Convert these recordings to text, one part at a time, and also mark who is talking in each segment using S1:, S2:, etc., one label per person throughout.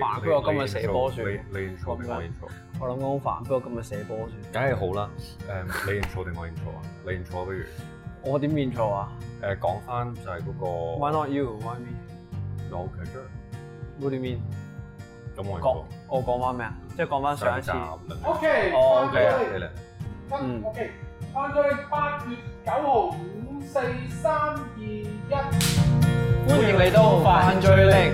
S1: 煩，不如我今日射波算。
S2: 你你 intro 定我 intro？
S1: 我諗我好煩，不如我今日射波算。
S2: 梗係好啦。誒，你 intro 定我 intro 啊？你 intro 不如
S1: 我點面錯啊
S2: 誒講翻就係嗰個。
S1: ？Why not you? Why me?
S2: No pressure。
S1: What do you mean？
S2: 咁我
S1: 講
S2: intro。
S1: 我講翻咩啊？即係講翻上一次。
S2: O
S3: OK，
S1: 哦
S2: K 啊，你嚟。
S1: 嗯
S3: 分 OK，按照你八月九號五四三二一，
S1: 歡迎嚟到犯罪力。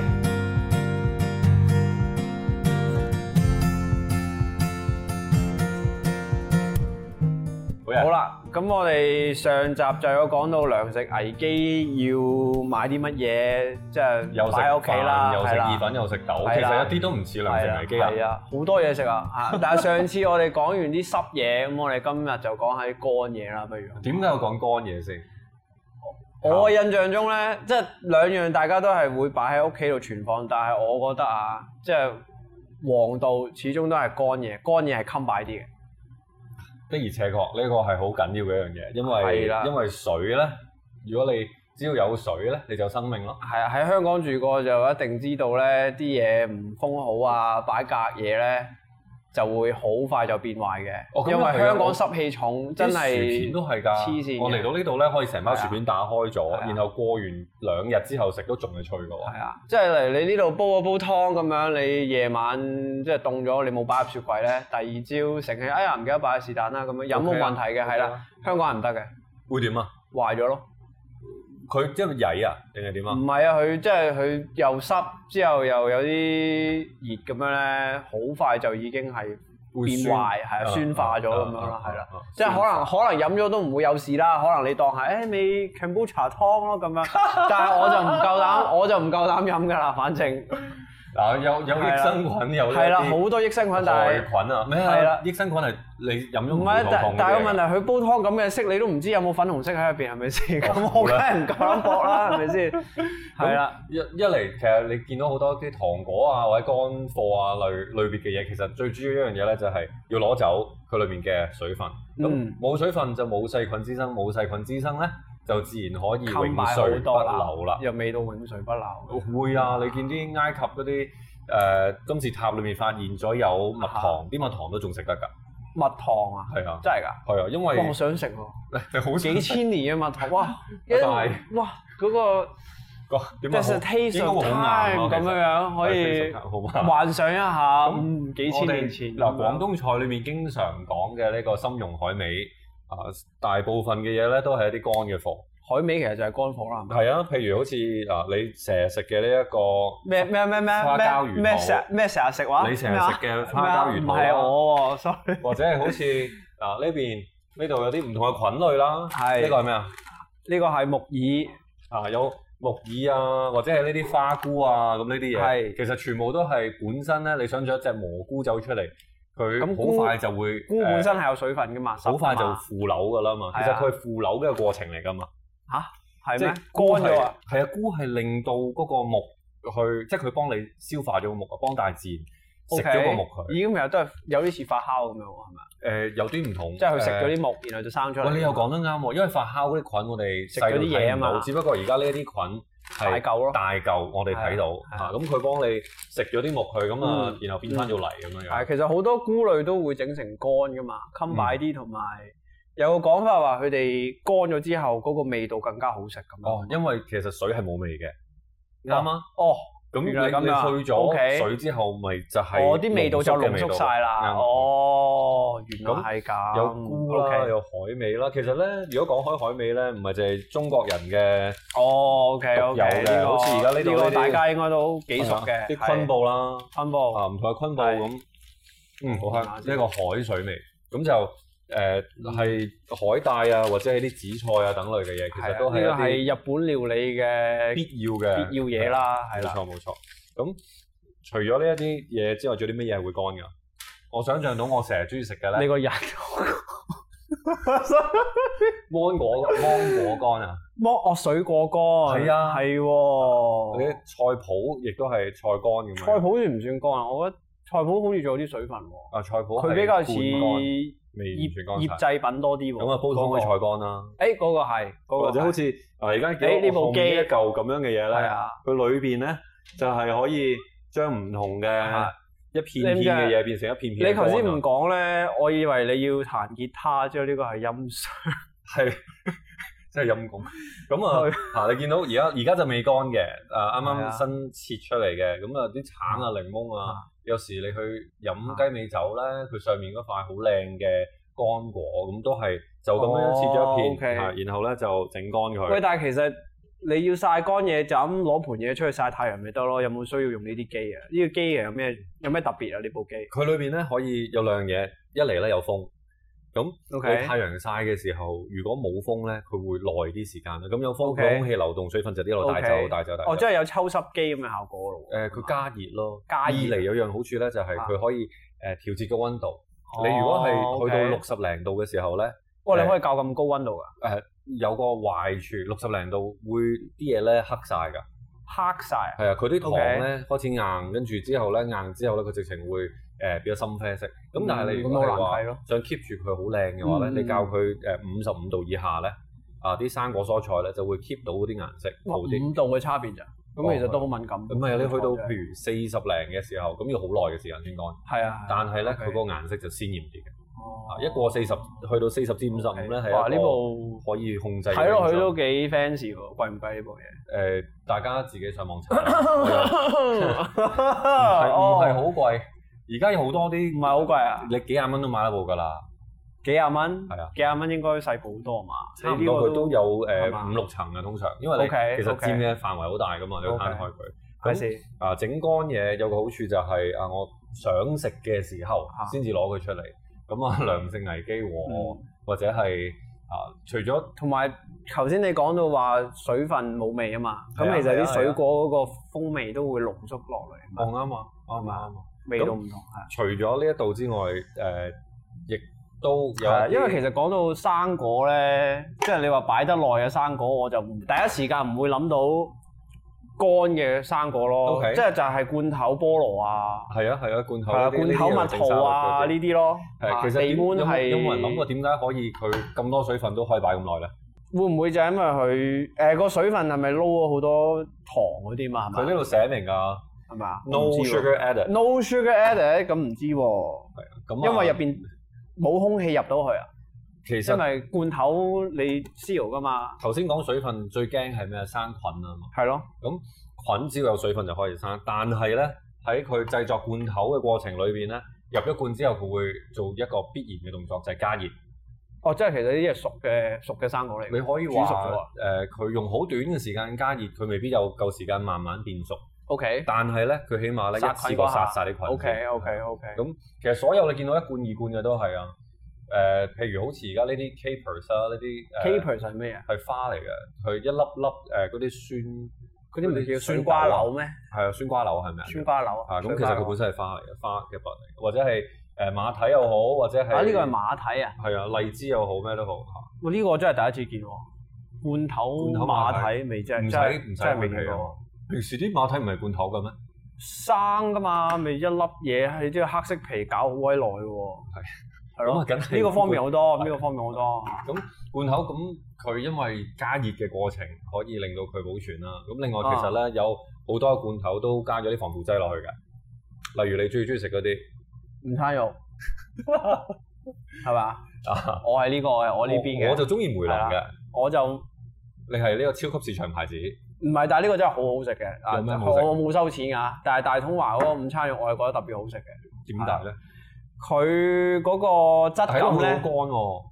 S1: 好
S2: 好啦。
S1: 啦，咁我哋上集就有講到糧食危機要買啲乜嘢，即
S2: 又
S1: 係
S2: 食
S1: 擺喺屋企啦，
S2: 飯又食
S1: 係啦
S2: 意粉，又食豆，
S1: 係
S2: 其
S1: 啦
S2: 實一啲都唔似糧食危機
S1: 係
S2: 啊！
S1: 啊，好多嘢食啊！啊，但係上次我哋講完啲濕嘢，咁我哋今日就講下啲乾嘢啦，不如。
S2: 點解我講乾嘢先？啊
S1: 我嘅印象中咧，即係兩樣大家都係會擺喺屋企度存放，但係我覺得啊，即係黃道始終都係乾嘢，乾
S2: 嗯
S1: 嘢係襟擺啲嘅。
S2: 的而且確，呢個係好緊要嘅一樣嘢，因為
S1: 係啦
S2: 因為水咧，如果你只要有水咧，你就有生命咯。
S1: 係啊，喺香港住過就一定知道咧，啲嘢唔封好啊，擺隔嘢咧就會好快就變壞嘅。
S2: 哦咁
S1: 因
S2: 又
S1: 為
S2: 係啊
S1: 香港
S2: 我
S1: 濕氣重，真
S2: 啲薯
S1: 係
S2: 片都係
S1: 黐線
S2: 㗎。
S1: 嘅
S2: 我嚟到呢度咧，可以成包
S1: 係啊
S2: 薯片打開咗，
S1: 係啊
S2: 然後過完兩日之後食都仲係脆嘅喎。
S1: 係啊，即係例如你呢度煲一煲湯咁樣，你夜晚即係凍咗，你冇擺入雪櫃咧，第二朝醒起，哎呀唔記得擺是但啦咁樣，有冇
S2: OK 啊
S1: 問題嘅？係
S2: OK
S1: 啦
S2: 啊，
S1: 香港係唔得嘅，
S2: 會點啊？
S1: 壞咗咯。
S2: 佢即係曳啊，定係點啊
S1: 唔？係啊，佢即係佢又濕之後又有啲熱咁樣咧，好快就已經係
S2: 會
S1: 變
S2: 酸
S1: 壞，係啊，
S2: 啊
S1: 酸化咗
S2: 啊
S1: 咁樣
S2: 啊
S1: 啦，
S2: 啊
S1: 係啦
S2: 啊，
S1: 即係可能
S2: 酸
S1: 可能飲咗都唔會有事啦，可能你當係誒你 c a m b o c h a 湯咯咁 樣，但係我就唔夠膽，我就唔夠膽飲㗎啦，反正
S2: 嗱，有有益生菌，有呢
S1: 係啦，
S2: 啲
S1: 好多益生菌，但
S2: 害
S1: 係。
S2: 菌啊，咩啊
S1: 係啦
S2: 益生菌係你飲咗
S1: 唔
S2: 唔
S1: 係
S2: 會，肚
S1: 但
S2: 痛嘅
S1: 但係
S2: 嘢
S1: 個問題，佢煲湯咁嘅色，你都唔知有冇粉紅色喺入邊，係咪先？ 咁
S2: 哦
S1: 我梗係唔夠膽搏啦，係咪先？係啦，
S2: 一一嚟，其實你見到好多啲糖果啊或者乾貨啊類類別嘅嘢，其實最主要一樣嘢咧就係要攞走佢裏面嘅水分。
S1: 嗯
S2: 咁冇、水分就冇細菌滋生，冇細菌滋生咧就自然可以
S1: 冚
S2: 永
S1: 埋
S2: 水
S1: 好
S2: 不
S1: 多
S2: 流啦。
S1: 又未到永水不流。
S2: 會啊！你見啲埃及嗰啲誒金字塔裏面發現咗有蜜糖，啲蜜糖都仲食得㗎。
S1: 蜜糖啊，
S2: 啊係啊，
S1: 真係㗎！
S2: 係啊，因為
S1: 哇，我想食喎，
S2: 你 好
S1: 幾千年嘅蜜糖，哇，一
S2: 拜拜
S1: 哇嗰個
S2: 個點啊好
S1: presentation
S2: 應該會好硬啊
S1: time
S2: 其實
S1: 咁樣樣可以
S2: 係 presentation- 好硬
S1: 幻想一下，
S2: 咁
S1: 嗯，幾千
S2: 我哋
S1: 年前
S2: 嗱，廣東菜裏面經常講嘅呢個參茸海味啊、大部分嘅嘢咧都係一啲乾嘅貨。
S1: 海味其實就係乾火啦。
S2: 係啊，譬如好似啊，你成日食嘅呢一個，
S1: 咩咩咩咩
S2: 花膠
S1: 咩
S2: 魚
S1: 咩
S2: 肚
S1: 成咩成日食話？
S2: 你成日
S1: 咩啊
S2: 食嘅花膠魚
S1: 唔
S2: 肚
S1: 係
S2: 啦，
S1: 我喎，sorry。
S2: 或者係 好似啊呢邊呢度有啲唔同嘅菌類啦。
S1: 係
S2: 呢個係咩啊？
S1: 呢個係木耳，
S2: 啊有木耳啊，或者係呢啲花菇啊咁呢啲嘢。
S1: 係
S2: 其實全部都係本身咧，你想像一隻蘑菇走出嚟，
S1: 咁
S2: 佢
S1: 菇
S2: 好快就會
S1: 菇
S2: 誒
S1: 本身係有水分噶嘛，
S2: 好快就
S1: 濕㗎嘛
S2: 腐朽㗎啦嘛。其
S1: 係
S2: 實
S1: 啊
S2: 佢係腐朽嘅過程嚟㗎嘛。
S1: 係
S2: 即
S1: 咩
S2: 係
S1: 乾咗啊？
S2: 菇係！係啊，菇係令到嗰個木去，即係佢幫你消化咗個木啊，幫大自然食咗個木佢。
S1: 已經其實都係有啲似發酵咁樣喎，係咪？
S2: 誒、有啲唔同，
S1: 即係佢食咗啲木，然後就生出
S2: 誒。
S1: 嚟。
S2: 喂，你又講得啱喎，因為發酵嗰啲菌我哋
S1: 食咗啲嘢啊嘛
S2: 細個睇唔到只不過而家呢一啲菌
S1: 大
S2: 係
S1: 嚿咯，
S2: 大嚿，我哋睇到
S1: 係啊係啊
S2: 嚇，咁佢幫你食咗啲木佢，咁啊
S1: 嗯，
S2: 然後變翻做泥咁樣
S1: 係
S2: 樣。
S1: 其實好多菇類都會整成乾噶嘛，襟擺啲同埋有個講法話佢哋乾咗之後嗰個味道更加好食咁樣。
S2: 哦，因為其實水係冇味嘅，啱啊。
S1: 哦，
S2: 咁你
S1: 原來咁啊
S2: 你去
S1: OK
S2: 咗水之後，咪就係
S1: 我啲味道就
S2: 濃
S1: 濃
S2: 嘅
S1: 縮
S2: 味道
S1: 晒啦。
S2: 啱
S1: 哦，原來係咁。
S2: 有菇啦
S1: OK
S2: 有海味啦。其實咧，如果講開海味咧，唔係就係中國人嘅
S1: 哦，OK
S2: 獨
S1: OK，
S2: 有嘅
S1: 呢個
S2: 好似而家呢度
S1: 個
S2: 呢啲
S1: 大家應該都幾熟
S2: 啊
S1: 嘅，
S2: 啲
S1: 係
S2: 昆布啦，
S1: 昆布
S2: 啊唔同嘅昆布
S1: 係
S2: 咁，嗯好香
S1: 聞下先嗯
S2: 呢個海水味，咁就誒係海帶啊，或者係啲紫菜啊等類嘅嘢，其
S1: 係
S2: 實
S1: 啊
S2: 都係
S1: 呢個
S2: 一
S1: 係日本料理
S2: 啲
S1: 嘅必
S2: 必要嘅
S1: 要嘢，啦，係
S2: 係啦
S1: 啦。
S2: 冇錯冇錯。咁除咗呢一啲嘢之外，仲有啲乜嘢係會乾㗎？我想象到我成日中意食嘅
S1: 你
S2: 咧，
S1: 個人，
S2: 芒果芒果乾啊，
S1: 剝哦水果乾，
S2: 係啊
S1: 係
S2: 嗰啲
S1: 喎。
S2: 菜脯亦都係啊菜乾咁樣。
S1: 菜脯好似唔算乾啊，我覺得菜脯好似仲有啲水分喎。
S2: 啊，菜脯
S1: 佢
S2: 係
S1: 比較似
S2: 半乾
S1: 醃
S2: 未完全
S1: 醃
S2: 乾晒。
S1: 製品多啲喎。
S2: 咁啊，煲湯可以菜乾啦，
S1: 誒嗰個係，嗰個
S2: 或者
S1: 係
S2: 好似啊，而家見
S1: 誒呢
S2: 到
S1: 部
S2: 我後面
S1: 機
S2: 呢一嚿咁樣嘅嘢
S1: 係
S2: 咧，
S1: 啊，
S2: 佢裏邊咧就係可以將唔同嘅
S1: 啊
S2: 一片片嘅嘢變成一片片
S1: 你
S2: 嘅光
S1: 頭
S2: 啊。
S1: 先唔講咧，我以為你要彈吉他，之後呢個係音箱。
S2: 係真係 陰公。咁啊，嗱你見到而家而家就未乾嘅，啊
S1: 係啊
S2: 啱啱新切出嚟嘅，咁啊啲橙啊檸檬啊，有時你去飲
S1: 啊
S2: 雞尾酒咧，佢上面嗰塊好靚嘅乾果，咁都係就咁樣切咗一片，
S1: 哦
S2: 啊然後咧就整乾
S1: 喂，
S2: 佢。
S1: 但係其實你要曬乾嘢就咁攞盤嘢出去曬太陽咪得咯，有冇需要用呢啲機啊？呢個機啊有咩有咩特別啊？呢部機
S2: 佢裏邊咧可以有兩樣嘢，一嚟咧有風。咁你
S1: OK
S2: 太陽曬嘅時候，如果冇風咧，佢會耐啲時間啦。咁有風，
S1: OK
S2: 佢空氣流動，水分就一路帶
S1: OK
S2: 走、帶走、帶走
S1: 哦，。真係有抽濕機咁嘅效果咯喎。
S2: 誒佢加熱咯，
S1: 加熱啊
S2: 二嚟有樣好處咧，就係佢可以誒調節個温度。
S1: 哦
S2: 你如果係去到
S1: OK
S2: 六十零度嘅時候咧，
S1: 哇，你可以校咁高温度㗎，
S2: 有個壞處，六十零度會啲嘢咧黑晒㗎。
S1: 黑晒啊！
S2: 係啊，佢啲糖
S1: OK
S2: 咧開始硬，跟住之後咧硬之後咧，佢直情會誒變咗深啡色。咁但係你如果
S1: 嗯咁
S2: 係
S1: 好
S2: 話
S1: 難睇咯，
S2: 想 keep 住佢好靚嘅話
S1: 嗯
S2: 咧，你教佢誒五十五度以下咧，啊啲生果蔬菜咧就會 keep 到嗰啲顏色好
S1: 哇
S2: 啲。
S1: 五度嘅差別咋，咁其實都好敏感。
S2: 咁啊，你去到譬
S1: 係
S2: 如四十零嘅時候，咁要好耐嘅時間先乾。
S1: 係啊，
S2: 但係咧，
S1: OK
S2: 佢個顏色就鮮豔啲嘅。啊
S1: 哦，
S2: 一過四十去到四十至五十五咧，係
S1: 哇
S2: 一
S1: 呢
S2: 個
S1: 部
S2: 可以控制嘅
S1: 睇落去都
S2: 標準
S1: 幾 fancy 喎，貴唔貴呢部嘢？
S2: 誒，大家自己上 網查啦，我又係唔係好
S1: 哦
S2: 貴？而家有好多啲
S1: 唔係好貴啊？
S2: 你幾廿蚊都買得到㗎啦，
S1: 幾廿蚊，
S2: 係啊
S1: 幾廿蚊應該細好多嘛。
S2: 差唔
S1: 你呢
S2: 多
S1: 個
S2: 佢都有
S1: 係嘛
S2: 誒五六層嘅通常，因為你
S1: OK，
S2: 其實
S1: OK
S2: 佔嘅範圍好大㗎嘛，你要攤開佢。
S1: 係先
S2: 啊，整乾嘢有個好處就係啊，我想食嘅時候
S1: 啊
S2: 先至攞佢出嚟。咁啊，糧食危機和
S1: 嗯
S2: 或者係啊，除咗
S1: 同埋頭先你講到話水分冇味啊嘛，咁
S2: 係啊
S1: 其實
S2: 係啊
S1: 啲水果嗰個風味都會濃縮落嚟啊
S2: 哦
S1: 嘛，
S2: 啱啊，啱啊，啱啊。
S1: 味道唔同係。
S2: 除咗呢一度之外，誒、亦都有一
S1: 係啊
S2: 啲
S1: 因為其實講到生果咧，即係你話擺得耐嘅生果，我就唔第一時間唔會諗到乾嘅生果咯
S2: OK
S1: 即係就係罐頭菠蘿啊，
S2: 係啊係啊，罐頭
S1: 係啊，
S2: 呢啲
S1: 罐頭蜜桃啊呢。
S2: 呢啲又整沙律嗰啲
S1: 啲咯。
S2: 係其
S1: 啊
S2: 實
S1: 地
S2: 點
S1: 捫
S2: 有冇
S1: 係
S2: 有冇人諗過點解可以佢咁多水分都可以擺咁耐咧？
S1: 會唔會就係因為佢誒個水分係咪撈咗好多糖嗰啲嘛？係
S2: 佢呢
S1: 咪？
S2: 度寫明㗎
S1: 係咪啊
S2: ，no
S1: 我唔知喎
S2: sugar added。
S1: no sugar added 咁唔知喎，
S2: 咁啊
S1: 因為入邊冇空氣入到去啊，
S2: 其
S1: 因
S2: 實
S1: 為罐頭你 seal 噶嘛，
S2: 頭先講水分最驚係咩？生菌啊嘛。
S1: 係咯，
S2: 咁菌只要有水分就可以生，但係咧喺佢製作罐頭嘅過程裏邊咧，入咗罐之後佢會做一個必然嘅動作，就係、加熱。
S1: 哦，即係其實呢啲係熟嘅熟嘅生果嚟
S2: 你
S1: 嘅，
S2: 可以
S1: 煮熟咗
S2: 話
S1: 啊
S2: 誒，佢、用好短嘅時間加熱，佢未必有夠時間慢慢變熟。
S1: ，OK
S2: 但係咧，佢起碼咧
S1: 殺菌
S2: 一次過
S1: 嗰下
S2: 殺晒啲菌。
S1: OK OK。OK，
S2: 咁其實所有你見到一罐二罐嘅都係啊。誒、譬如好似而家呢啲 capers 啊，呢啲
S1: capers 係咩啊？
S2: 係花嚟嘅，佢一粒粒誒嗰啲酸，
S1: 嗰啲唔叫酸瓜
S2: 豆啊
S1: 柳咩？
S2: 係啊，酸瓜柳係咪啊？
S1: 酸瓜柳
S2: 啊，
S1: 酸
S2: 咁其
S1: 瓜
S2: 實
S1: 柳
S2: 佢本身係花嚟嘅，花嘅物嚟，或者係誒馬蹄又好，或者係
S1: 啊呢個係馬蹄啊，
S2: 係啊，荔枝又好，咩都好嚇，
S1: 我呢個我真係第一次見喎，罐頭
S2: 罐頭
S1: 馬
S2: 馬
S1: 蹄味真係
S2: 唔使
S1: 真係
S2: 唔使
S1: 真係未
S2: 換皮
S1: 見過。
S2: 喎。平時啲馬蹄唔係罐頭嘅咩？
S1: 生噶嘛，咪一粒嘢，你知道黑色皮搞好鬼耐喎。
S2: 係
S1: 係
S2: 咁啊
S1: 咯，
S2: 梗係
S1: 呢個方面好多，
S2: 係
S1: 呢個方面好多。
S2: 罐頭咁佢因為加熱嘅過程可以令到佢保存啦。咁另
S1: 啊
S2: 外其實咧、有好多罐頭都加咗啲防腐劑落去嘅，例如你最中意食嗰啲
S1: 午餐 肉係嘛？
S2: 啊，
S1: 我係呢個，我係我呢邊嘅。
S2: 我就中意梅林嘅，
S1: 我就唔
S2: 你係呢個超級市場牌子，
S1: 係，但係呢個真係好好食嘅。啊
S2: 有咩好食
S1: 我我冇收錢㗎，但係大統華嗰個午餐肉我係覺得特別好食嘅。
S2: 點解咧？
S1: 佢嗰個質
S2: 睇落
S1: 感
S2: 去好
S1: 咧
S2: 乾，喎，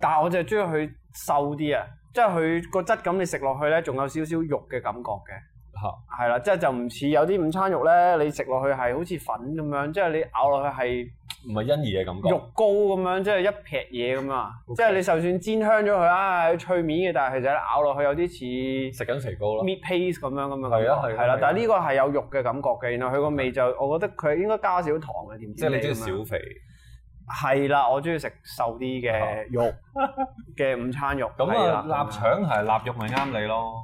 S1: 但係我就係中意佢瘦啲啊，即係佢個質感你食落去咧，仲有少少肉嘅感覺嘅。
S2: 嚇
S1: 係啦，即係就唔似有啲午餐肉咧，你食落去係好似粉咁樣，即係你咬落去係
S2: 唔係欣宜嘅感覺。
S1: 肉膏咁樣，即係一撇嘢咁啊！
S2: OK
S1: 即係你就算煎香咗佢啊，係脆面嘅，但係其實你咬落去有啲似
S2: 食緊肥膏啦，
S1: meat paste 咁樣咁樣。
S2: 係啊係啊
S1: 係
S2: 係
S1: 啦
S2: 啊，
S1: 但係呢個係有肉嘅感覺嘅，然後佢個味就，我覺得佢應該加少糖嘅，點知
S2: 即係你中意
S1: 咁樣
S2: 小肥。
S1: 係啦，我中意食瘦啲嘅肉嘅午餐肉。
S2: 啊咁
S1: 係
S2: 啊，
S1: 啦
S2: 臘腸係臘肉咪啱你咯，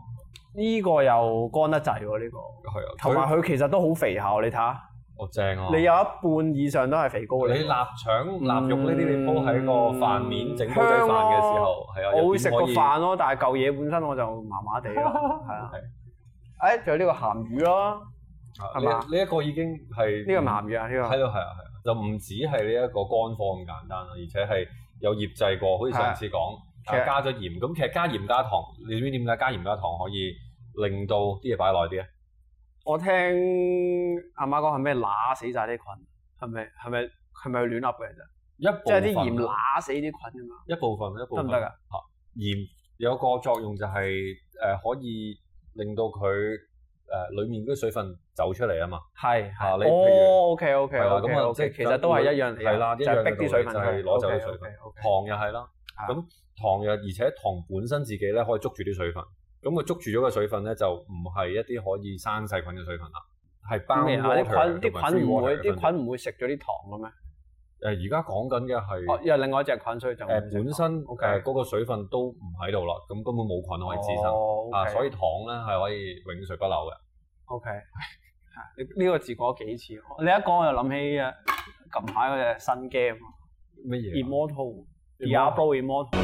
S1: 呢個又乾得滯喎，呢個
S2: 係啊，
S1: 同埋
S2: 佢
S1: 佢其實都好肥下喎，你睇下。
S2: 哦正啊，嗯
S1: 你有一半以上都係肥膏嚟。
S2: 你臘腸臘肉呢啲，你煲喺個飯面整煲仔飯嘅時候，係啊，
S1: 我
S2: 又
S1: 會食
S2: 點
S1: 個
S2: 可以？
S1: 飯咯，但係嚿嘢本身我就麻麻地咯，係啊。誒，仲有呢個鹹魚啦，
S2: 係
S1: 係嘛
S2: 呢呢一個已經係
S1: 呢個鹹魚啊，呢
S2: 係
S1: 個
S2: 咯係啊係啊，就唔止係呢一個乾貨咁簡單啦，而且係有醃製過，好似上次講
S1: 係
S2: 啊加咗鹽，咁其實加鹽加糖，你知唔知點解加鹽加糖可以令到啲嘢擺耐啲啊？
S1: 我聽阿媽講係咩乸死晒啲菌，係咪係咪係咪亂噏嘅其實？
S2: 一部
S1: 即係
S2: 分
S1: 啲鹽乸死啲菌㗎嘛，
S2: 一部分一部
S1: 得
S2: 分
S1: 唔得啊？
S2: 嚇鹽有個作用就係、呃誒、可以令到佢誒、裡面嗰啲水分走出嚟啊嘛。
S1: 係
S2: 啊你
S1: 係。
S2: 譬如
S1: 哦，OK OK
S2: 係啦咁
S1: OK
S2: 啊
S1: OK，
S2: 即係
S1: 其實都係一樣嚟嘅，啊
S2: 係啦
S1: 就
S2: 一樣嘅
S1: 係逼啲水分
S2: 道
S1: 出
S2: 理
S1: 嚟，
S2: 就係攞走啲水分
S1: OK，OK，OK。
S2: 糖又係啦，
S1: 啊
S2: 咁糖藥而且糖本身自己咧可以捉住啲水分，咁佢捉住咗嘅水分咧就唔係一啲可以生細菌嘅水分啦，係包
S1: 咩啊？啲
S2: water
S1: 菌
S2: 同
S1: 啲菌
S2: 埋 free
S1: 唔會
S2: water 嘅
S1: 啲
S2: 分別。
S1: 菌唔會食咗啲糖嘅咩？
S2: 誒而家講緊嘅係
S1: 哦，又另外一隻菌，所以就
S2: 誒
S1: 唔會食
S2: 本
S1: 糖
S2: 身
S1: OK
S2: 誒嗰個水分都唔喺度啦，咁根本冇菌可以滋生
S1: 哦
S2: 啊，所
S1: 以
S2: 以糖咧係可以永水不流嘅。
S1: OK 係呢呢個字講咗幾次？你一講我就諗起誒近排嗰隻新 game
S2: 乜嘢啊？
S1: Immortal Diablo Immortal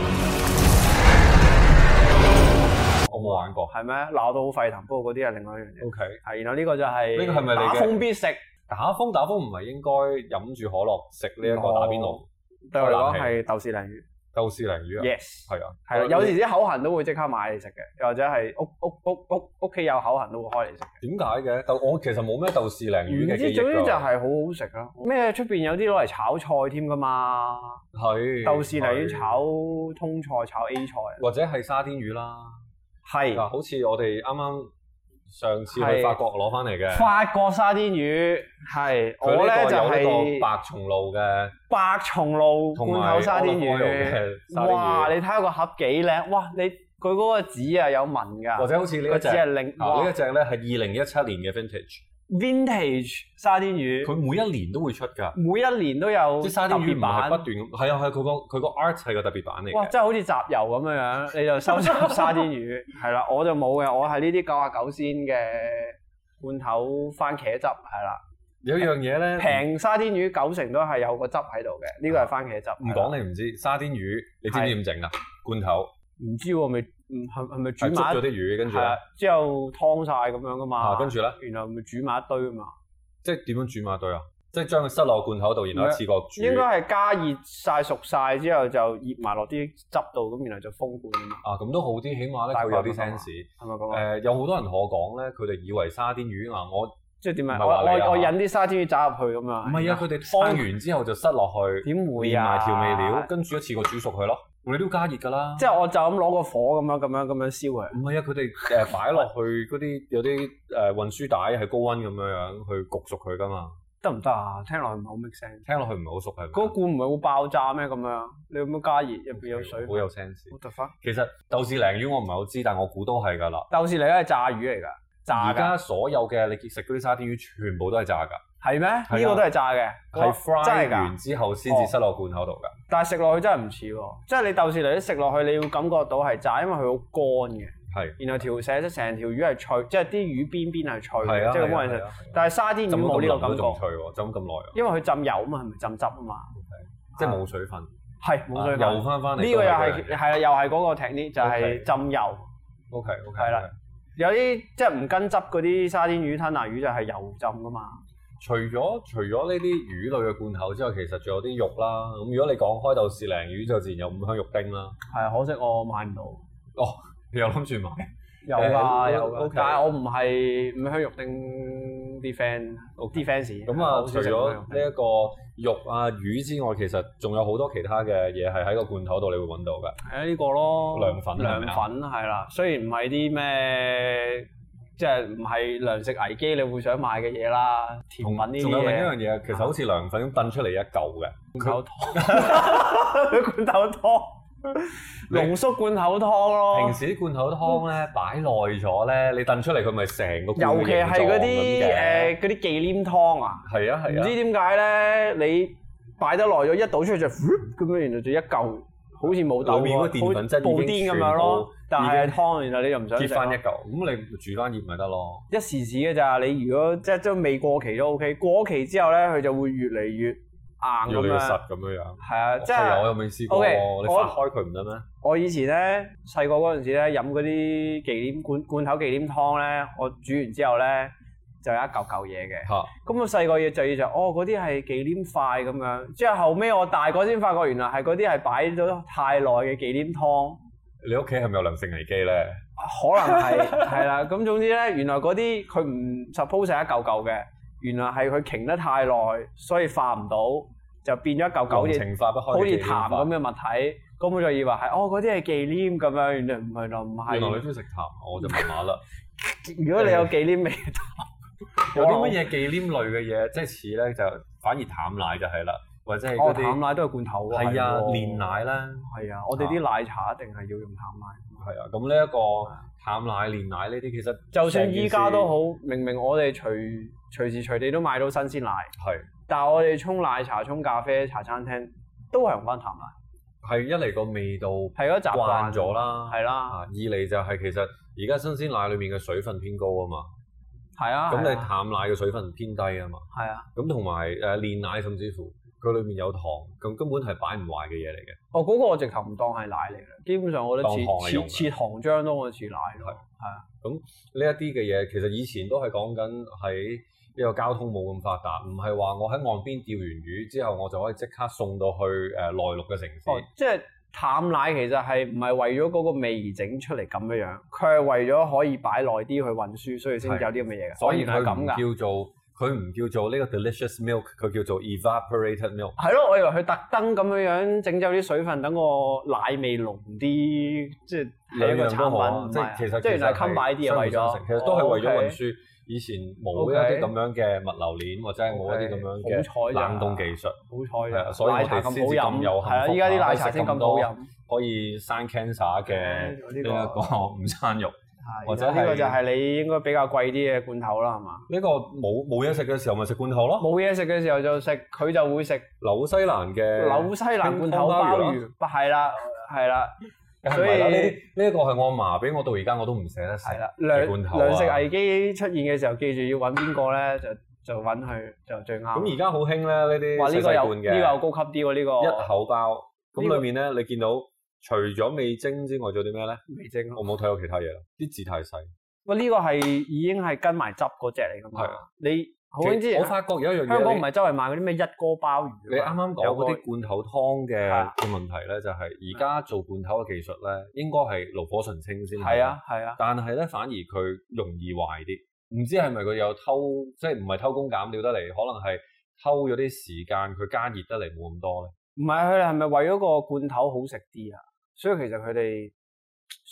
S1: 啊
S2: 我冇玩過。
S1: 係咩？鬧到好沸騰，不過嗰啲係另外一樣嘢。
S2: O K，
S1: 係，然後呢個就係
S2: 呢個係咪你
S1: 打
S2: 嘅
S1: 風必食？
S2: 打風打風唔係應該飲住可樂食呢一個打邊爐
S1: 對我嚟講
S2: 開冷氣
S1: 係豆豉鯪魚。
S2: 豆豉鯪魚啊？
S1: Yes。
S2: 係啊，
S1: 係啦，有時啲口痕都會即刻買嚟食嘅，又或者係屋屋屋屋屋企有口痕都會開嚟食嘅。
S2: 點解嘅？豆我其實冇咩豆豉鯪魚
S1: 唔
S2: 嘅記
S1: 知
S2: 憶
S1: 總
S2: 㗎
S1: 之就係好好食啦。咩出邊有啲攞嚟炒菜添㗎嘛？
S2: 係
S1: 豆豉鯪魚
S2: 係
S1: 炒通菜、炒 A 菜。
S2: 或者係沙甸魚啦。嗱，
S1: 係
S2: 好似我哋啱啱上次去
S1: 係
S2: 法國攞翻嚟嘅，
S1: 法國沙甸魚係
S2: 佢呢
S1: 我咧
S2: 個
S1: 就
S2: 有呢
S1: 係
S2: 個白松露嘅，
S1: 白松露
S2: 同
S1: 罐
S2: 埋
S1: 頭沙甸
S2: olive oil
S1: 魚。
S2: 嘅沙甸魚
S1: 哇！你睇下個盒幾靚，哇！你佢嗰個紙啊有紋㗎，
S2: 或者好似呢
S1: 個
S2: 一隻
S1: 紙係令
S2: 嗱，
S1: 哇
S2: 啊呢一隻咧係二零一七年嘅 vintage，
S1: vintage 沙甸魚。
S2: 佢每一年都會出㗎。
S1: 每一年都有
S2: 啲沙甸魚
S1: 特
S2: 唔
S1: 別
S2: 係
S1: 版
S2: 不斷咁，係啊係佢個佢個 art 係個特別版嚟
S1: 哇！
S2: 嘅。
S1: 真係好似集郵咁樣樣，你就收集 沙甸魚，係啦，我就冇嘅，我係呢啲九啊九仙嘅罐頭番茄汁，係啦，
S2: 有樣嘢咧，
S1: 平沙甸魚九成都係有個汁喺度嘅，呢個係番茄汁。
S2: 唔講你唔知，沙甸魚你知唔知點整啊？罐頭
S1: 你唔知喎，咪唔係係咪煮
S2: 係捉
S1: 埋
S2: 咗
S1: 一
S2: 啲魚，跟住
S1: 係啊
S2: 咧，
S1: 之後湯晒咁樣噶嘛，
S2: 啊跟住咧。
S1: 然後咪煮埋一堆啊嘛，
S2: 即係點樣煮馬對啊？即係將佢塞落個罐頭度，然後一次過煮。
S1: 應該係加熱晒熟晒之後就醃埋落啲汁度，咁然後就封罐啊嘛，
S2: 啊，咁都好啲，起碼咧
S1: 大
S2: 佢
S1: 概
S2: 有啲
S1: 咁啊
S2: sense。
S1: 係咪咁啊？
S2: 誒，有好多人同我講咧，佢哋以為沙甸魚嗱，我唔
S1: 即係點啊？
S2: 唔
S1: 我
S2: 係話你啊
S1: 我我引啲沙甸魚渣入去咁啊？
S2: 係啊，佢哋劏完之後就塞落去，
S1: 點會
S2: 連
S1: 啊？
S2: 埋調味料，，跟住一次過煮熟佢咯。你都要加熱㗎啦。
S1: 即係我就咁攞個火咁樣咁樣咁樣燒佢。
S2: 唔係啊，佢哋誒擺落去嗰啲有啲誒運輸帶係高溫咁樣樣去焗熟佢㗎嘛。
S1: 得唔得啊？聽落去唔係好 make sense。
S2: 聽落去唔係好熟係咪？
S1: 嗰罐唔係會爆炸咩？咁樣你有冇加熱？入邊有水。
S2: 好有 sense。
S1: What the fuck？
S2: 其實豆豉鯪魚我唔係好知，但我估都係㗎啦。
S1: 豆豉嚟係炸魚嚟㗎，炸
S2: 而
S1: 㗎
S2: 家所有嘅你食嗰啲沙甸魚，全部都係炸㗎。
S1: 係
S2: 啊
S1: 咩？呢個都係炸嘅，
S2: 係
S1: 哇真
S2: fry
S1: 係
S2: 完
S1: 㗎。哦
S2: 之後先至塞落罐口度㗎。
S1: 但係食落去真係唔似喎，即係你豆豉嚟食落去，你要感覺到係炸，因為佢好乾嘅。
S2: 係
S1: 然後條成成條魚係脆，即係啲魚邊邊係脆
S2: 係啊，
S1: 嘅，哦即係咁樣
S2: 係
S1: 食。
S2: 啊係啊
S1: 但係沙甸魚
S2: 浸
S1: 冇
S2: 冇
S1: 呢個感
S2: 仲
S1: 覺，
S2: 脆喎，浸咁耐喎，
S1: 因為佢浸油啊嘛，係咪浸汁啊嘛？
S2: 即係冇水分，
S1: 係冇水
S2: 啊又
S1: 分。
S2: 翻翻嚟。
S1: 呢個又係係啦，啊又係嗰個 technique 就
S2: OK
S1: 係浸油。
S2: O K O K
S1: 係啦。有啲即係唔跟汁嗰啲沙甸魚、吞拿魚就係油浸噶嘛。
S2: 除咗除咗呢啲魚類嘅罐頭之外，其實仲有啲肉啦。咁如果你講開豆豉鯪魚，就自然有五香肉丁啦。
S1: 係啊可惜我買唔到。
S2: 你又諗住買
S1: 有
S2: 誒
S1: 㗎有
S2: ，OK
S1: 㗎，但係我唔係五香肉丁啲 friend 啲 fans。
S2: 咁
S1: 我
S2: 啊？
S1: 好
S2: 除
S1: 少食
S2: 咗
S1: 五香肉
S2: 呢
S1: 丁
S2: 一個肉啊魚之外，其實仲有好多其他嘅嘢係喺個罐頭度，你會揾到㗎。
S1: 係啊呢個咯，
S2: 涼粉係
S1: 涼
S2: 咪啊
S1: 粉係啦，雖然唔係啲咩，即係唔係糧食危機你會想買嘅嘢啦，甜品
S2: 同
S1: 呢
S2: 仲
S1: 啲
S2: 有另一樣
S1: 嘢，
S2: 嘢，其實好似涼粉咁燉出嚟一嚿嘅。
S1: 罐頭 湯，罐頭湯，
S2: 你
S1: 濃縮罐頭湯咯。
S2: 平時啲罐頭湯咧擺耐咗咧，你燉出嚟佢咪成個罐
S1: 尤其
S2: 嘅
S1: 係嗰
S2: 形狀咁
S1: 啲誒
S2: 嘅
S1: 嗰啲忌廉湯啊，
S2: 係啊
S1: 唔
S2: 係
S1: 知
S2: 啊，
S1: 點解咧，你擺得耐咗一倒出去就咁樣，然後就一嚿好似冇豆啊
S2: 裏面嗰個澱粉質已經
S1: 布丁咁樣咯，但
S2: 全部已
S1: 係
S2: 經
S1: 湯，然後你又唔想
S2: 結
S1: 食咯啊
S2: 翻一嚿，咁你煮翻熱咪得咯。
S1: 一時時嘅咋，你如果即係都未過期都 OK，過咗期之後咧，佢就會越嚟越硬
S2: 越嚟
S1: 咁
S2: 越
S1: 樣。
S2: 實咁樣樣。
S1: 係啊，即
S2: 哦係我
S1: 係
S2: 又未試過
S1: OK，
S2: 喎，你
S1: 我
S2: 發開佢唔得咩？
S1: 我以前咧細個嗰陣時咧飲嗰啲忌廉罐罐頭忌廉湯咧，我煮完之後咧，就有一嚿嚿嘢嘅。
S2: 嚇
S1: 咁我細個嘢就以就哦嗰啲係忌廉塊咁樣，之後後尾我大個先發覺原來係嗰啲係擺咗太耐嘅忌廉湯。
S2: 你屋企係咪有糧食危機咧？
S1: 可能係係啦。咁總之咧，原來嗰啲佢唔 suppose 係一嚿嚿嘅，原來係佢擎得太耐，所以化唔到，就變咗一嚿嚿好
S2: 舊
S1: 似
S2: 情化不開
S1: 好似
S2: 嘅
S1: 痰
S2: 法
S1: 咁嘅物體。咁我就以為係哦，嗰啲係忌廉咁樣，原來唔係，原來唔
S2: 原來你
S1: 係。
S2: 中意食痰，我就麻 麻啦。
S1: 如果你有忌廉味，
S2: 有啲乜嘢忌廉類嘅嘢，即係似咧就反而淡奶就係啦，或者係
S1: 哦，
S2: 嗰
S1: 淡
S2: 啲
S1: 奶都係罐頭喎。
S2: 係啊
S1: 喎
S2: 煉奶啦，
S1: 係啊，我哋啲奶茶一定係要用淡奶。
S2: 係啊。咁呢一個淡奶、煉奶呢啲，其實
S1: 就算依家都
S2: 成件
S1: 好，明明我哋隨隨時隨地都買到新鮮奶，
S2: 事係。
S1: 但係我哋沖奶茶、沖咖啡、茶餐廳都係用翻淡奶。
S2: 係一嚟個味道
S1: 係嗰習慣
S2: 慣咗，啦，
S1: 係
S2: 啊
S1: 啦，
S2: 二嚟就係其實而家新鮮奶裡面嘅水分偏高啊嘛，
S1: 係啊，
S2: 咁你
S1: 係
S2: 淡
S1: 啊
S2: 奶嘅水分偏低啊嘛，
S1: 係啊，
S2: 咁同埋誒煉奶甚至乎佢裡面有糖，咁根本係擺唔壞嘅嘢嚟嘅。
S1: 我哦嗰個我直頭唔當係奶嚟嘅，基本上我覺得
S2: 當糖嚟
S1: 似
S2: 用
S1: 似似糖漿多過似奶咯，係啊，
S2: 呢一啲嘅嘢，其實以前都係講緊喺呢個交通冇咁發達，唔係話我喺岸邊釣完魚之後，我就可以即刻送到去誒、呃、內陸嘅城市。
S1: 哦，即係淡奶其實係唔係為咗嗰個味而整出嚟咁樣樣，佢係為咗可以擺耐啲去運輸，所以先有啲咁嘅嘢嘅，
S2: 所以
S1: 係
S2: 佢
S1: 咁㗎。
S2: 唔叫做佢唔叫做呢個 delicious milk，佢叫做 evaporated milk。
S1: 係咯，我以為佢特登咁樣樣整走啲水分，等個奶味濃啲，即係係一個
S2: 兩樣都好啊
S1: 產品，
S2: 即
S1: 唔係啊
S2: 係其實
S1: 即係原來襟擺啲啊，為
S2: 相輔相
S1: 咗
S2: 成其實都係為咗運。
S1: 哦
S2: 輸。以前冇一啲
S1: OK
S2: 咁樣嘅物流鏈，或者係冇一啲咁樣
S1: OK，好
S2: 嘅
S1: 彩咋
S2: 冷凍技術，
S1: ，OK，
S2: 係
S1: 好
S2: 啊
S1: 彩
S2: 所以
S1: 奶茶
S2: 我哋
S1: 咁好
S2: 先至咁
S1: 飲，
S2: 有幸
S1: 係啊，
S2: 福
S1: 依家啲
S2: 啊
S1: 奶茶
S2: 可以食
S1: 先咁
S2: 咁
S1: 好
S2: 多
S1: 飲。
S2: 可以生 cancer 嘅
S1: 誒
S2: 呢一
S1: 呢個
S2: 個 午餐肉。
S1: 係
S2: 或者
S1: 呢個
S2: 係
S1: 就係你應該比較貴啲嘅罐頭啦，係嘛？
S2: 呢個冇冇嘢食嘅時候咪食罐頭咯。
S1: 冇嘢食嘅時候就食，佢就會食
S2: 紐西蘭嘅
S1: 紐西蘭罐頭
S2: 鮑
S1: 鮑
S2: 魚
S1: 魚，係啦，係啦，
S2: 梗係
S1: 所
S2: 唔
S1: 以
S2: 係啦，呢啲呢一個係我阿嫲俾我到而家我都唔捨得食
S1: 係 啦。
S2: 嘅
S1: 糧
S2: 罐頭
S1: 糧食
S2: 啊。
S1: 危機出現嘅時候，記住要揾邊個咧，就就揾佢就最
S2: 咁
S1: 啱。
S2: 而家好興咧呢啲
S1: 哇！呢
S2: 細
S1: 個
S2: 細
S1: 有
S2: 罐
S1: 呢個有
S2: 嘅
S1: 高級啲喎，呢
S2: 一
S1: 個
S2: 口包，
S1: 呢
S2: 咁
S1: 個
S2: 裡面咧你見到除咗味精之外，仲有啲咩咧？
S1: 味精咯。
S2: 我冇睇過其他嘢啦，啲字太細。
S1: 喂，呢個係已經係跟埋汁嗰只嚟㗎
S2: 係
S1: 嘛
S2: 啊？
S1: 你好興之
S2: 其實
S1: 前
S2: 我發覺有一樣嘢，
S1: 香港唔
S2: 你
S1: 係周圍賣嗰啲咩一哥鮑魚㗎嘛？
S2: 你啱啱講
S1: 有個
S2: 嗰啲罐頭湯嘅
S1: 係啊
S2: 嘅問題咧，就係而家做罐頭嘅技術咧，應該係爐火純青先
S1: 係啊係啊。
S2: 但係咧反而佢容易壞啲，唔知係咪佢有偷，即係唔係偷工減料得嚟，可能係偷咗啲時間，佢加熱得嚟冇咁多咧。
S1: 唔係佢哋係咪為咗個罐頭好食啲啊？所以其實佢哋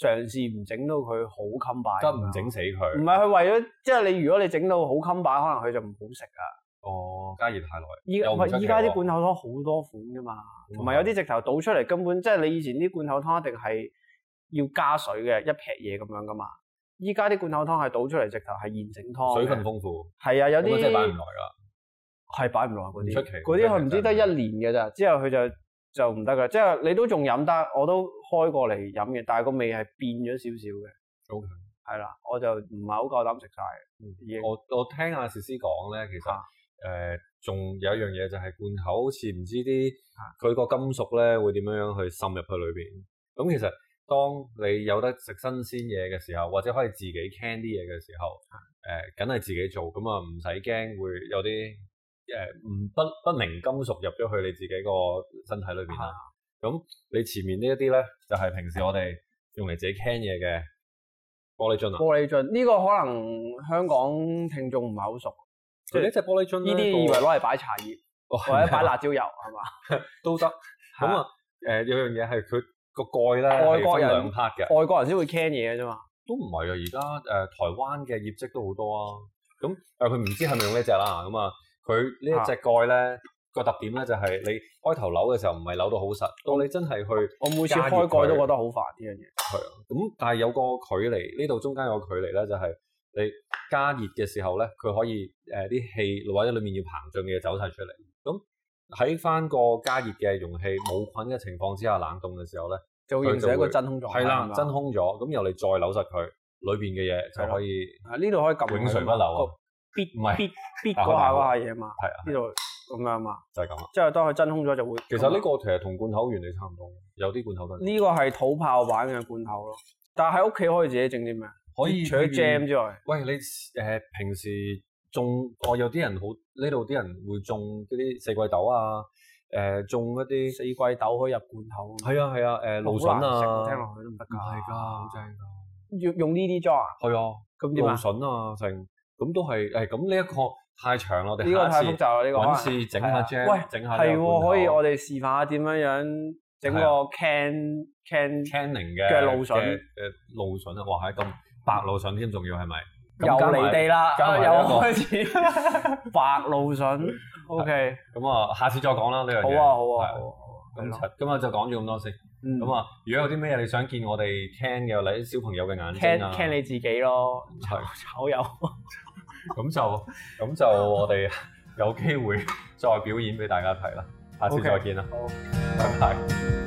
S1: 嘗試唔整到佢好襟擺，
S2: 得唔整死
S1: 唔
S2: 佢，
S1: 係佢為咗，即係你如果你整到好襟擺，可能佢就唔好食啊。
S2: 哦，加熱太耐，
S1: 依
S2: 又唔出奇喎
S1: 依家啲罐頭湯好多款噶嘛，同埋有啲直頭倒出嚟根本即係你以前啲罐頭湯一定係要加水嘅，一撇嘢咁樣噶嘛。依家啲罐頭湯係倒出嚟直頭係現整湯嘅，
S2: 水分豐富，
S1: 係啊，有
S2: 咁樣真係擺唔
S1: 啲
S2: 耐啦。
S1: 係擺唔落啊嗰
S2: 唔
S1: 啲，
S2: 出奇
S1: 嗰啲佢唔知得一年嘅咋，之後佢就就唔得噶，之後你都仲飲得，我都開過嚟飲嘅，但係個味係變咗少少嘅。
S2: OK
S1: 係啦，我就唔係好夠膽食晒嘅，已經
S2: 我我聽阿薛師講咧，其實
S1: 啊
S2: 誒仲、有一樣嘢就係罐頭，好似唔知啲
S1: 啊
S2: 佢個金屬咧會點樣樣去滲入去裏邊。咁其實當你有得食新鮮嘢嘅時候，或者可以自己 can 啲嘢嘅時候，誒梗係自己做，咁啊唔使驚會有啲誒唔不不明金屬入咗去你自己個身體裏邊啦。咁你前面呢一啲咧，就係、平時我哋用嚟自己 can 嘢嘅玻璃樽啊。
S1: 玻璃樽呢個可能香港聽眾唔係好熟，
S2: 佢呢只玻璃樽
S1: 呢
S2: 呢
S1: 啲以為攞嚟擺茶葉
S2: 哦
S1: 或者擺辣椒油啊係
S2: 啊
S1: 嘛？
S2: 都得。咁啊，誒有樣嘢係佢個蓋咧，
S1: 外國人
S2: 係分兩 part 嘅，
S1: 外國人先會 can 嘢嘅啫嘛，
S2: 都唔係啊。而家誒台灣嘅業績都好多啊。咁誒佢唔知係咪用呢只啦。咁啊，佢呢一隻蓋咧個特點咧就係你開頭扭嘅時候唔係扭到好實，到你真係去
S1: 我每次
S2: 加熱
S1: 開
S2: 佢
S1: 蓋都覺得好煩呢樣嘢。
S2: 咁，但係有個距離，呢度中間有個距離咧就係。你加熱嘅時候咧，佢可以誒啲、氣或者裡面要膨脹嘅嘢走晒出嚟。咁喺翻個加熱嘅容器冇菌嘅情況之下冷凍嘅時候咧。
S1: 就會形成一個
S2: 佢就會
S1: 真空狀態。
S2: 係
S1: 係
S2: 啦
S1: 嘛，
S2: 真空咗，咁由你再扭實佢，裏邊嘅嘢就可以
S1: 啊呢度可以撳
S2: 永垂
S1: 佢
S2: 不
S1: 嘛
S2: 朽啊！
S1: 必
S2: 唔係啊
S1: 必必
S2: 打開
S1: 嗰下
S2: 打開
S1: 嗰下嘢嘛，
S2: 係啊，
S1: 呢度咁啊樣嘛，
S2: 就係咁啦。
S1: 之後當佢真空咗就會。啊
S2: 其實呢個其實同罐頭原理差唔多，有啲罐頭都係
S1: 呢個係土炮版嘅罐頭咯，但係喺屋企可以自己整啲咩？
S2: 可以
S1: 除咗
S2: 譬如
S1: jam 之外，
S2: 喂，你誒、呃平時種我有啲人好呢度啲人會種嗰啲四季豆啊，誒、種一啲
S1: 四季豆可以入罐頭。
S2: 係啊係啊誒蘆筍
S1: 好難食我聽
S2: 啊，
S1: 落去都唔得
S2: 唔係㗎，好
S1: 㗎。
S2: 正㗎，
S1: 要用呢啲裝啊？
S2: 係啊，
S1: 咁點
S2: 蘆
S1: 啊？
S2: 筍啊，成咁都係誒咁呢一個太長啦，我
S1: 呢個
S2: 哋下
S1: 太
S2: 一
S1: 複
S2: 次
S1: 雜啦，呢個可能
S2: 揾次整下
S1: 係啊喂
S2: jam，整下呢
S1: 係
S2: 個
S1: 喎，可以我
S2: 罐頭
S1: 哋示範下點樣樣整個
S2: 係啊
S1: can can
S2: canning 嘅
S1: 嘅蘆筍
S2: 嘅嘅蘆筍啊，哇係咁白蘆筍添，仲要係咪？
S1: 又
S2: 咁加埋
S1: 離地啦，啊
S2: 加埋
S1: 又
S2: 一個
S1: 開始 白露 筍。O K，
S2: 咁啊，下次再講啦呢樣
S1: 好
S2: 嘢。
S1: 啊，好啊，
S2: 係
S1: 好啊。係咯
S2: 咁今日就講住咁多先。
S1: 嗯
S2: 咁啊，如果有啲咩你想見我哋 can 嘅，例如小朋友嘅眼
S1: ，can
S2: 睛啊
S1: can 你自己咯，
S2: 係
S1: 炒友。
S2: 咁就咁就我哋有機會再表演俾大家睇啦。下次
S1: OK
S2: 再見啦，
S1: 好
S2: 拜拜。
S3: 拜